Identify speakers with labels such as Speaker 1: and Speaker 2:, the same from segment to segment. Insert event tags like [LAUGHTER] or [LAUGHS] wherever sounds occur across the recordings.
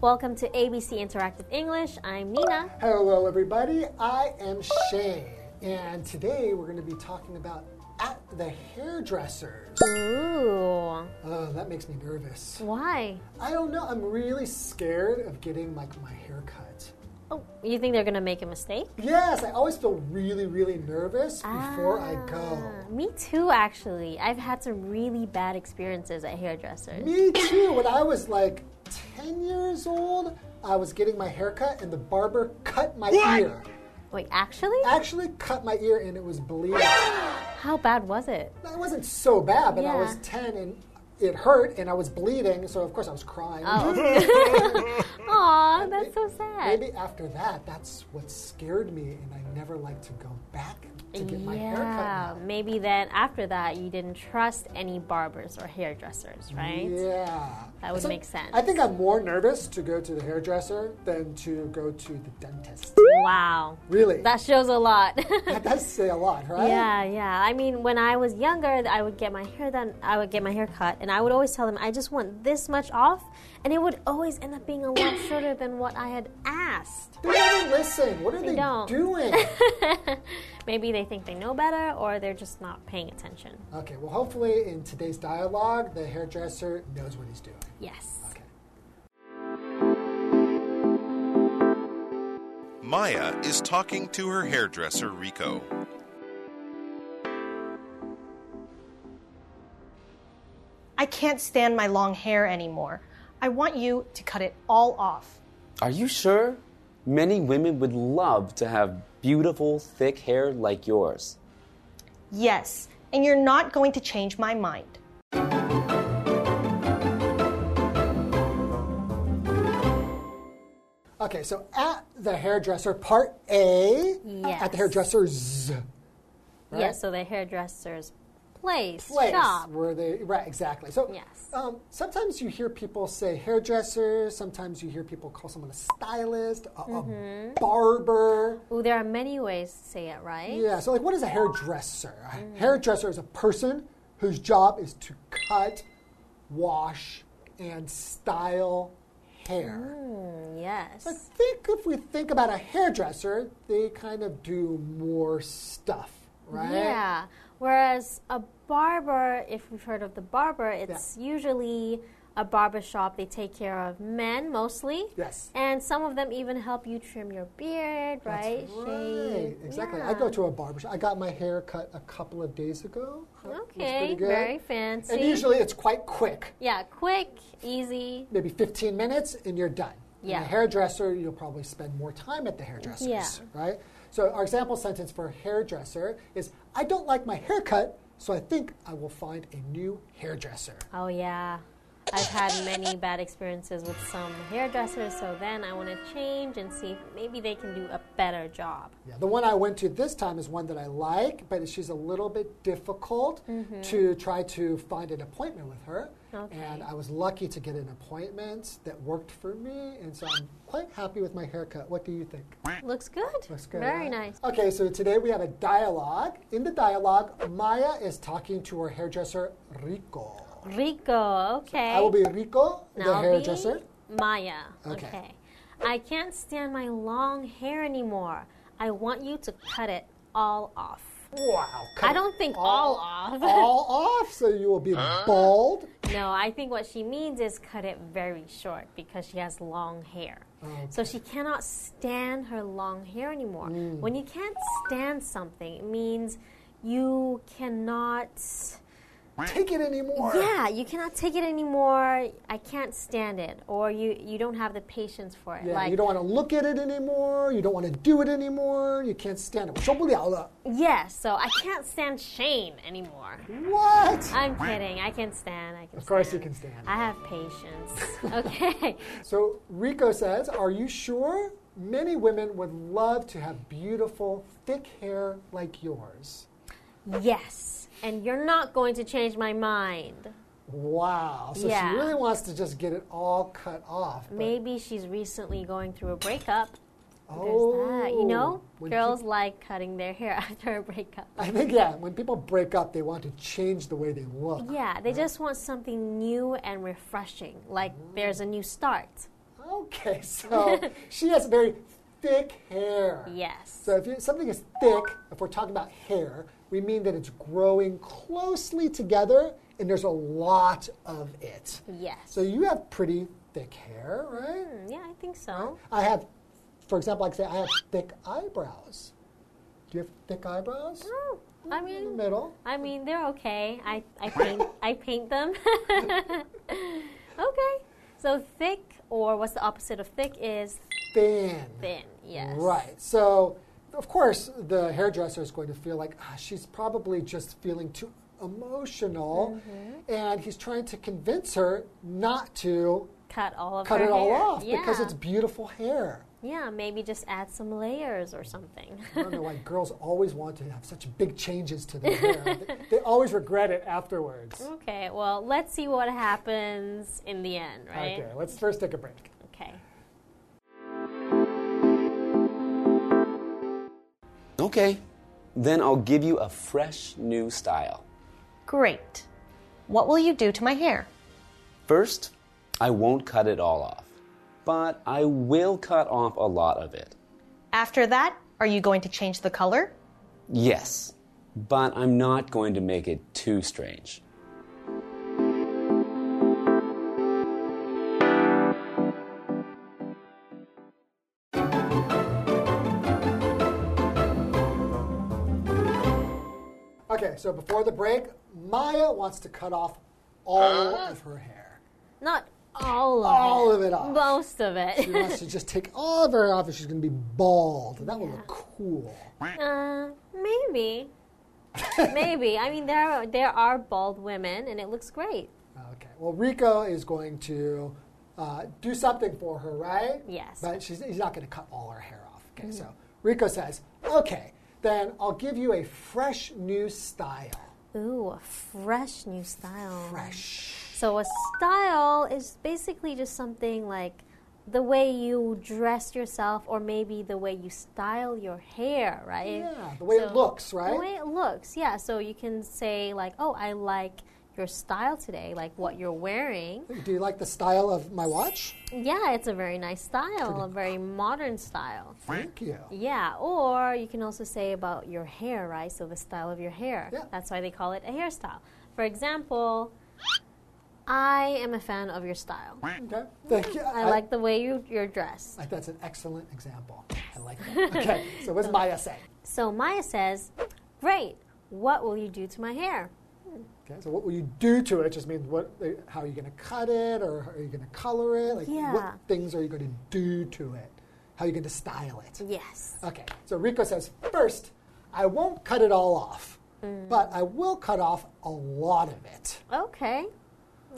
Speaker 1: Welcome to ABC Interactive English. I'm Nina.
Speaker 2: Hello, everybody. I am Shane, and today we're going to be talking about at the hairdressers.
Speaker 1: Ooh.
Speaker 2: Oh, that makes me nervous.
Speaker 1: Why?
Speaker 2: I don't know. I'm really scared of getting like my hair cut.
Speaker 1: Oh, you think they're going to make a mistake?
Speaker 2: Yes, I always feel really, really nervous before I go.
Speaker 1: Ah, Me too, actually. I've had some really bad experiences at hairdressers.
Speaker 2: Me too. When I was like 10 years old, I was getting my hair cut, and the barber cut my ear.
Speaker 1: Wait, actually?
Speaker 2: Actually, cut my ear, and it was bleeding.
Speaker 1: How bad was it?
Speaker 2: It wasn't so bad, but I was
Speaker 1: Yeah.
Speaker 2: 10 and it hurt and I was bleeding, so of course I was crying.
Speaker 1: Oh, Aw, that's so sad.
Speaker 2: Maybe after that, that's what scared me, and I never like to go back to get my hair cut.
Speaker 1: Yeah,
Speaker 2: now.
Speaker 1: maybe then after that you didn't trust any barbers or hairdressers, right?
Speaker 2: Yeah.
Speaker 1: That would
Speaker 2: So
Speaker 1: make sense.
Speaker 2: I think I'm more nervous to go to the hairdresser than to go to the dentist.
Speaker 1: Wow.
Speaker 2: Really?
Speaker 1: That shows a lot.
Speaker 2: [LAUGHS]
Speaker 1: [LAUGHS]
Speaker 2: That does say a lot, right?
Speaker 1: Yeah, yeah. I mean, when I was younger, I would get my hair done, I would get my hair cut, and I would always tell them I just want this much off, and it would always end up being a lot shorter than what I had asked.
Speaker 2: They don't listen. What are they,
Speaker 1: don't. [LAUGHS]
Speaker 2: doing?
Speaker 1: Maybe they think they know better, or they're just not paying attention.
Speaker 2: okay, well, hopefully in today's dialogue, the hairdresser knows what he's doing.
Speaker 1: Yes.
Speaker 2: Okay.
Speaker 3: Maya is talking to her hairdresser, Rico.
Speaker 4: I can't stand my long hair anymore. I want you to cut it all off.
Speaker 5: Are you sure? Many women would love to have beautiful, thick hair like yours.
Speaker 4: Yes, and you're not going to change my mind.
Speaker 2: Okay, so at the hairdresser, part A. At
Speaker 1: Yes.
Speaker 2: the hairdresser's right?
Speaker 1: Yeah, so the hairdresser's place,
Speaker 2: place
Speaker 1: shop.
Speaker 2: where they right exactly. So
Speaker 1: Yes.
Speaker 2: um, sometimes you hear people say hairdresser. Sometimes you hear people call someone a stylist, a,
Speaker 1: Mm-hmm.
Speaker 2: a barber.
Speaker 1: Ooh, there are many ways to say it, right? Mm.
Speaker 2: Yeah. So like, what is a hairdresser? A hairdresser is a person whose job is to cut, wash, and style hair.
Speaker 1: Mm, yes.
Speaker 2: I think if we think about a hairdresser, they kind of do more stuff, right?
Speaker 1: Yeah. Whereas a barber, if we've heard of the barber, it's usually a barber shop. They take care of men mostly.
Speaker 2: Yes.
Speaker 1: And some of them even help you trim your beard, right?
Speaker 2: Right,
Speaker 1: Shave.
Speaker 2: exactly.
Speaker 1: Yeah.
Speaker 2: I go to a barbershop. I got my hair cut a couple of days ago. That was
Speaker 1: Okay,
Speaker 2: pretty good.
Speaker 1: very fancy.
Speaker 2: And usually it's quite quick,
Speaker 1: yeah, quick, easy.
Speaker 2: maybe 15 minutes, and you're done. And
Speaker 1: Yeah.
Speaker 2: a hairdresser, you'll probably spend more time at the hairdresser's,
Speaker 1: Yeah.
Speaker 2: right? So our example sentence for hairdresser is, I don't like my haircut, so I think I will find a new hairdresser.
Speaker 1: Oh yeah. I've had many bad experiences with some hairdressers, so then I want to change and see if maybe they can do a better job.
Speaker 2: Yeah, the one I went to this time is one that I like, but she's a little bit difficult
Speaker 1: Mm-hmm.
Speaker 2: to try to find an appointment with her. And I was lucky to get an appointment that worked for me, and so I'm quite happy with my haircut. What do you think?
Speaker 1: Looks good.
Speaker 2: Looks good.
Speaker 1: Very
Speaker 2: right?
Speaker 1: nice.
Speaker 2: Okay, so today we have a dialogue. In the dialogue, Maya is talking to her hairdresser, Rico.
Speaker 1: Rico. Okay.
Speaker 2: I will be Rico,
Speaker 1: Now
Speaker 2: the
Speaker 1: I'll be
Speaker 2: hairdresser.
Speaker 1: Maya. Okay.
Speaker 2: Okay.
Speaker 1: I can't stand my long hair anymore. I want you to cut it all off.
Speaker 2: Wow. cut
Speaker 1: I don't think all off.
Speaker 2: All off, so you will be bald.
Speaker 1: No, I think what she means is cut it very short because she has long hair.
Speaker 2: Oh,
Speaker 1: So she cannot stand her long hair anymore.
Speaker 2: Mm.
Speaker 1: When you can't stand something, it means you cannot.
Speaker 2: Take it anymore.
Speaker 1: Yeah, you cannot take it anymore. I can't stand it, or you you don't have the patience for it.
Speaker 2: Yeah,
Speaker 1: like
Speaker 2: you don't want to look at it anymore. You don't want to do it anymore. You can't stand it. 受不了了.
Speaker 1: Yes, so I can't stand Shane anymore.
Speaker 2: What?
Speaker 1: I'm kidding. I can stand. I can.
Speaker 2: Of course you can stand.
Speaker 1: I have patience. [LAUGHS] Okay.
Speaker 2: So Rico says, "Are you sure? Many women would love to have beautiful, thick hair like yours."
Speaker 1: yes, and you're not going to change my mind.
Speaker 2: Wow. So
Speaker 1: Yeah.
Speaker 2: she really wants to just get it all cut off. but-
Speaker 1: Maybe she's recently going through a breakup.
Speaker 2: oh,
Speaker 1: There's that. You know,
Speaker 2: when
Speaker 1: girls
Speaker 2: peop-
Speaker 1: like cutting their [LAUGHS] hair after a breakup.
Speaker 2: I think yeah. When people break up, they want to change the way they look.
Speaker 1: Yeah, they just want something new and refreshing, like there's a new start. [LAUGHS]
Speaker 2: Okay, so she has very thick hair.
Speaker 1: Yes.
Speaker 2: So if you, something is thick, if we're talking about hair, we mean that it's growing closely together and there's a lot of it.
Speaker 1: Yes.
Speaker 2: So you have pretty thick hair, right?
Speaker 1: Hmm, Yeah, I think so.
Speaker 2: I have, for example, I can say I have thick eyebrows. Do you have thick eyebrows?
Speaker 1: Oh, I
Speaker 2: In the
Speaker 1: mean,
Speaker 2: middle.
Speaker 1: I mean, they're okay. I, I
Speaker 2: [LAUGHS]
Speaker 1: paint I paint them. [LAUGHS] okay. So thick or what's the opposite of thick is
Speaker 2: Thin.
Speaker 1: thin. Yes.
Speaker 2: Right. So, of course, the hairdresser is going to feel like ah, she's probably just feeling too emotional, and he's trying to convince her not to
Speaker 1: Cut all of
Speaker 2: cut
Speaker 1: her
Speaker 2: it all
Speaker 1: hair.
Speaker 2: off because
Speaker 1: Yeah.
Speaker 2: it's beautiful hair.
Speaker 1: Yeah, maybe just add some layers or something. [LAUGHS]
Speaker 2: I don't know why girls always want to have such big changes to their hair. They- They always regret it afterwards.
Speaker 1: okay, well, let's see what happens in the end, right?
Speaker 2: Okay, let's first take a break.
Speaker 1: Okay.
Speaker 5: Okay, then I'll give you a fresh new style.
Speaker 4: Great. What will you do to my hair?
Speaker 5: First, I won't cut it all off, but I will cut off a lot of it.
Speaker 4: After that, are you going to change the color?
Speaker 5: Yes, but I'm not going to make it too strange.
Speaker 2: Okay, so before the break, Maya wants to cut off all of her hair.
Speaker 1: Not all of
Speaker 2: All
Speaker 1: it.
Speaker 2: of it off.
Speaker 1: Most of
Speaker 2: She
Speaker 1: it.
Speaker 2: wants to just take all of her off and she's going to be bald. That will look cool.
Speaker 1: [LAUGHS] uh, maybe. maybe. I mean, there are, there are bald women, and it looks great.
Speaker 2: Okay, well, Rico is going to uh, do something for her, right?
Speaker 1: Yes. Mm-hmm.
Speaker 2: But she's, he's not going to cut all her hair off. Okay, so Rico says, okay, then I'll give you a fresh new style.
Speaker 1: Ooh, a fresh new style.
Speaker 2: Fresh.
Speaker 1: So a style is basically just something like the way you dress yourself or maybe the way you style your hair, right?
Speaker 2: Yeah, the way it looks, right?
Speaker 1: The way it looks, yeah. So you can say like, "Oh, I like your style today, like what you're wearing."
Speaker 2: Do you like the style of my watch?
Speaker 1: Yeah, it's a very nice style, a very modern style.
Speaker 2: Thank you.
Speaker 1: Yeah, or you can also say about your hair, right? So the style of your hair.
Speaker 2: Yeah.
Speaker 1: That's why they call it a hairstyle. For example, I am a fan of your style.
Speaker 2: Okay. Thank you.
Speaker 1: Mm-hmm. I, like the way you, you're dressed.
Speaker 2: I- that's an excellent example. I like
Speaker 1: [LAUGHS]
Speaker 2: that. Okay, so what's Maya say?
Speaker 1: So Maya says, Great, what will you do to my hair?
Speaker 2: Okay, so what will you do to it? Just means what? uh, How are you going to cut it, or are you going to color it? Like
Speaker 1: Yeah.
Speaker 2: what things are you going to do to it? How are you going to style it?
Speaker 1: Yes.
Speaker 2: Okay, so Rico says first, I won't cut it all off,
Speaker 1: Mm.
Speaker 2: but I will cut off a lot of it.
Speaker 1: Okay.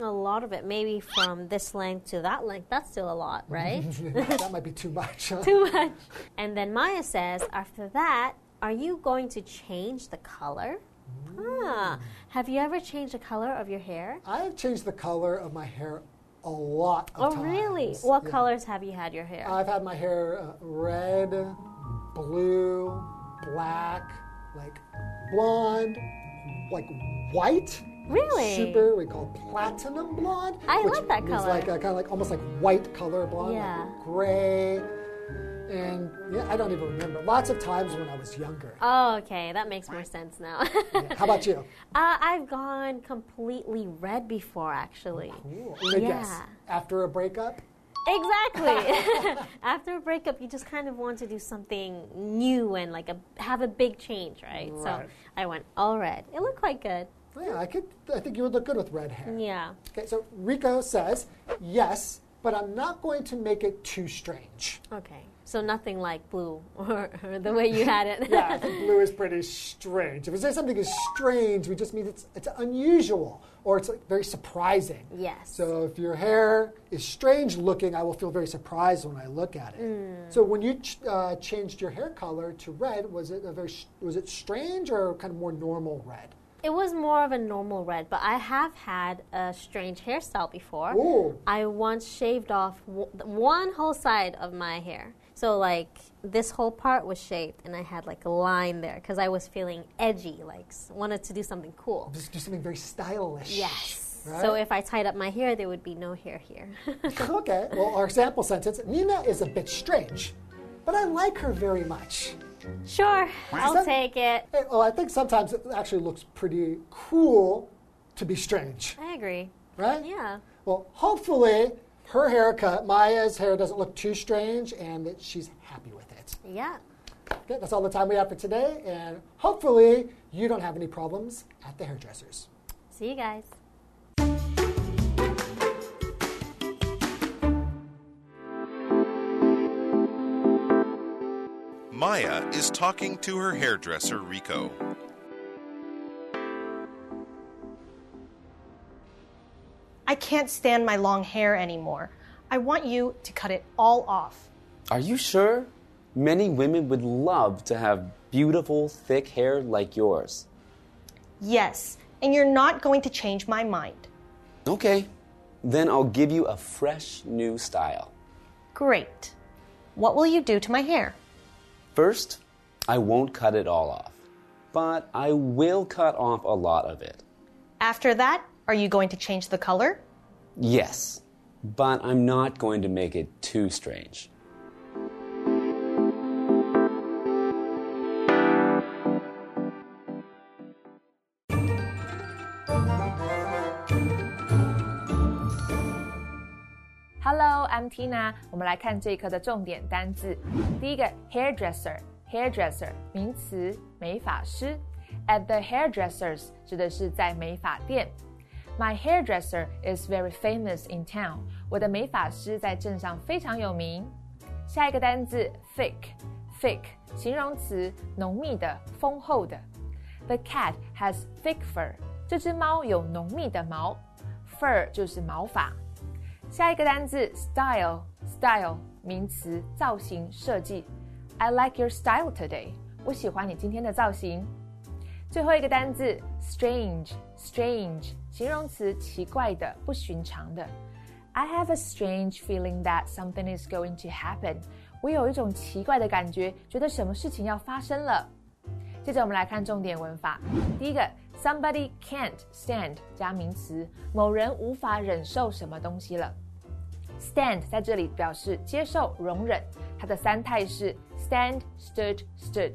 Speaker 1: A lot of it, maybe from this length to that length. That's still a
Speaker 2: [LAUGHS]
Speaker 1: lot, right? [LAUGHS]
Speaker 2: that might be too much. huh?
Speaker 1: Too much. And then Maya says, After that, are you going to change the color? Ah, have you ever changed the color of your hair?
Speaker 2: I've changed the color of my hair a lot of
Speaker 1: Oh,
Speaker 2: times.
Speaker 1: really? What
Speaker 2: Yeah.
Speaker 1: colors have you had your hair?
Speaker 2: I've had my hair uh, red, blue, black, like blonde, like white.
Speaker 1: Really?
Speaker 2: Super, we call platinum blonde.
Speaker 1: I
Speaker 2: which
Speaker 1: like that
Speaker 2: means
Speaker 1: color.
Speaker 2: Like a, kind of like almost like white color blonde,
Speaker 1: Yeah.
Speaker 2: like gray. And yeah, I don't even remember. Lots of times when I was younger.
Speaker 1: oh, okay. That makes more sense now.
Speaker 2: Yeah. How about you?
Speaker 1: [LAUGHS] Uh, I've gone completely red before, actually.
Speaker 2: Good
Speaker 1: Yeah.
Speaker 2: guess. After a breakup? [LAUGHS]
Speaker 1: Exactly. [LAUGHS] After a breakup, you just kind of want to do something new and like a, have a big change, right? So
Speaker 2: Right.
Speaker 1: I went all red. It looked quite good.
Speaker 2: Yeah, I could. I think you would look good with red hair.
Speaker 1: Yeah.
Speaker 2: Okay, so Rico says, yes, but I'm not going to make it too strange.
Speaker 1: Okay. So nothing like blue [LAUGHS] or, or the way you had it.
Speaker 2: [LAUGHS] Yeah, I think blue is pretty strange. If we say something is strange, we just mean it's, it's unusual or it's like very surprising.
Speaker 1: Yes.
Speaker 2: So if your hair is strange looking, I will feel very surprised when I look at it. So when you ch- uh, changed your hair color to red, was it a very s- was it strange or kind of more normal red?
Speaker 1: [LAUGHS] It was more of a normal red, but I have had a strange hairstyle before.
Speaker 2: Ooh.
Speaker 1: I once shaved off w- one whole side of my hair. So, like, this whole part was shaved, and I had like a line there because I was feeling edgy, like, s- wanted to do something cool.
Speaker 2: Just do something very stylish.
Speaker 1: Yes. So
Speaker 2: Right.
Speaker 1: if I tied up my hair, there would be no hair here. [LAUGHS]
Speaker 2: okay, well, our sample sentence Nina is a bit strange, but I like her very much.
Speaker 1: sure, I'll
Speaker 2: that-
Speaker 1: take it.
Speaker 2: Hey, well, I think sometimes it actually looks pretty cool to be strange,
Speaker 1: I agree.
Speaker 2: right?
Speaker 1: Yeah.
Speaker 2: Well, hopefully, her haircut, Maya's hair, doesn't look too strange and that she's happy with it.
Speaker 1: Yeah.
Speaker 2: Okay, that's all the time we have for today, and hopefully, you don't have any problems at the hairdressers.
Speaker 1: See you guys.
Speaker 3: Maya is talking to her hairdresser, Rico.
Speaker 4: I can't stand my long hair anymore. I want you to cut it all off.
Speaker 5: Are you sure? Many women would love to have beautiful, thick hair like yours.
Speaker 4: Yes, and you're not going to change my mind.
Speaker 5: Okay, then I'll give you a fresh new style.
Speaker 4: Great. What will you do to my hair?
Speaker 5: First, I won't cut it all off, but I will cut off a lot of it.
Speaker 4: After that, are you going to change the color?
Speaker 5: Yes, but I'm not going to make it too strange.
Speaker 6: Hello, I'm Tina。我们来看这一课的重点单字。第一个 hairdresser，hairdresser 名词，美发师。At the hairdressers 指的是在美发店。My hairdresser is very famous in town。我的美发师在镇上非常有名。下一个单字 thick，thick 形容词，浓密的，丰厚的。The cat has thick fur。这只猫有浓密的毛，fur 就是毛发。下一个单字 style，style 名词，造型设计。I like your style today。我喜欢你今天的造型。最后一个单字 strange，strange 形容词，奇怪的，不寻常的。I have a strange feeling that something is going to happen。我有一种奇怪的感觉，觉得什么事情要发生了。接着我们来看重点文法。第一个，somebody can't stand 加名词，某人无法忍受什么东西了。stand 在这里表示接受、容忍，它的三态是 stand、stood、stood。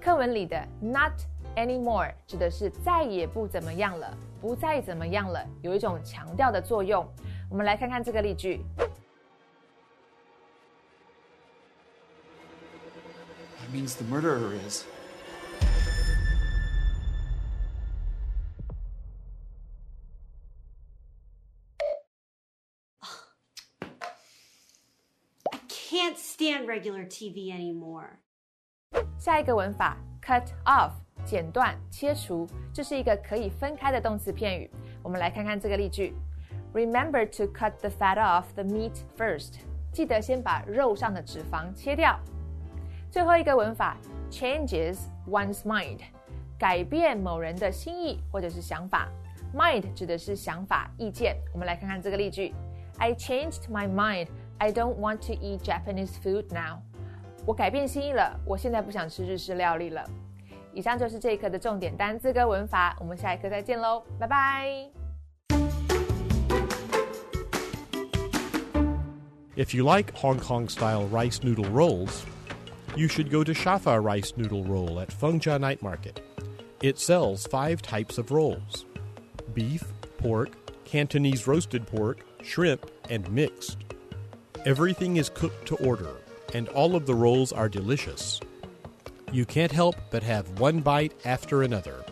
Speaker 6: 课文里的 not anymore 指的是再也不怎么样了，不再怎么样了，有一种强调的作用。我们来看看这个例句。
Speaker 7: That means the murderer is.
Speaker 8: I can't stand regular TV anymore.
Speaker 6: 下一个文法 cut off，剪断、切除，这是一个可以分开的动词片语。我们来看看这个例句：Remember to cut the fat off the meat first。记得先把肉上的脂肪切掉。最后一个文法 changes one's mind，改变某人的心意或者是想法。Mind 指的是想法、意见。我们来看看这个例句：I changed my mind. I don't want to eat Japanese food now. 我改变心意了，我现在不想吃日式料理了。以上就是这一课的重点单词跟文法，我们下一课再见喽，拜拜。
Speaker 9: If you like Hong Kong style rice noodle rolls, you should go to Shafa Rice Noodle Roll at Fengjia Night Market. It sells five types of rolls beef, pork, Cantonese roasted pork, shrimp, and mixed. Everything is cooked to order, and all of the rolls are delicious. You can't help but have one bite after another.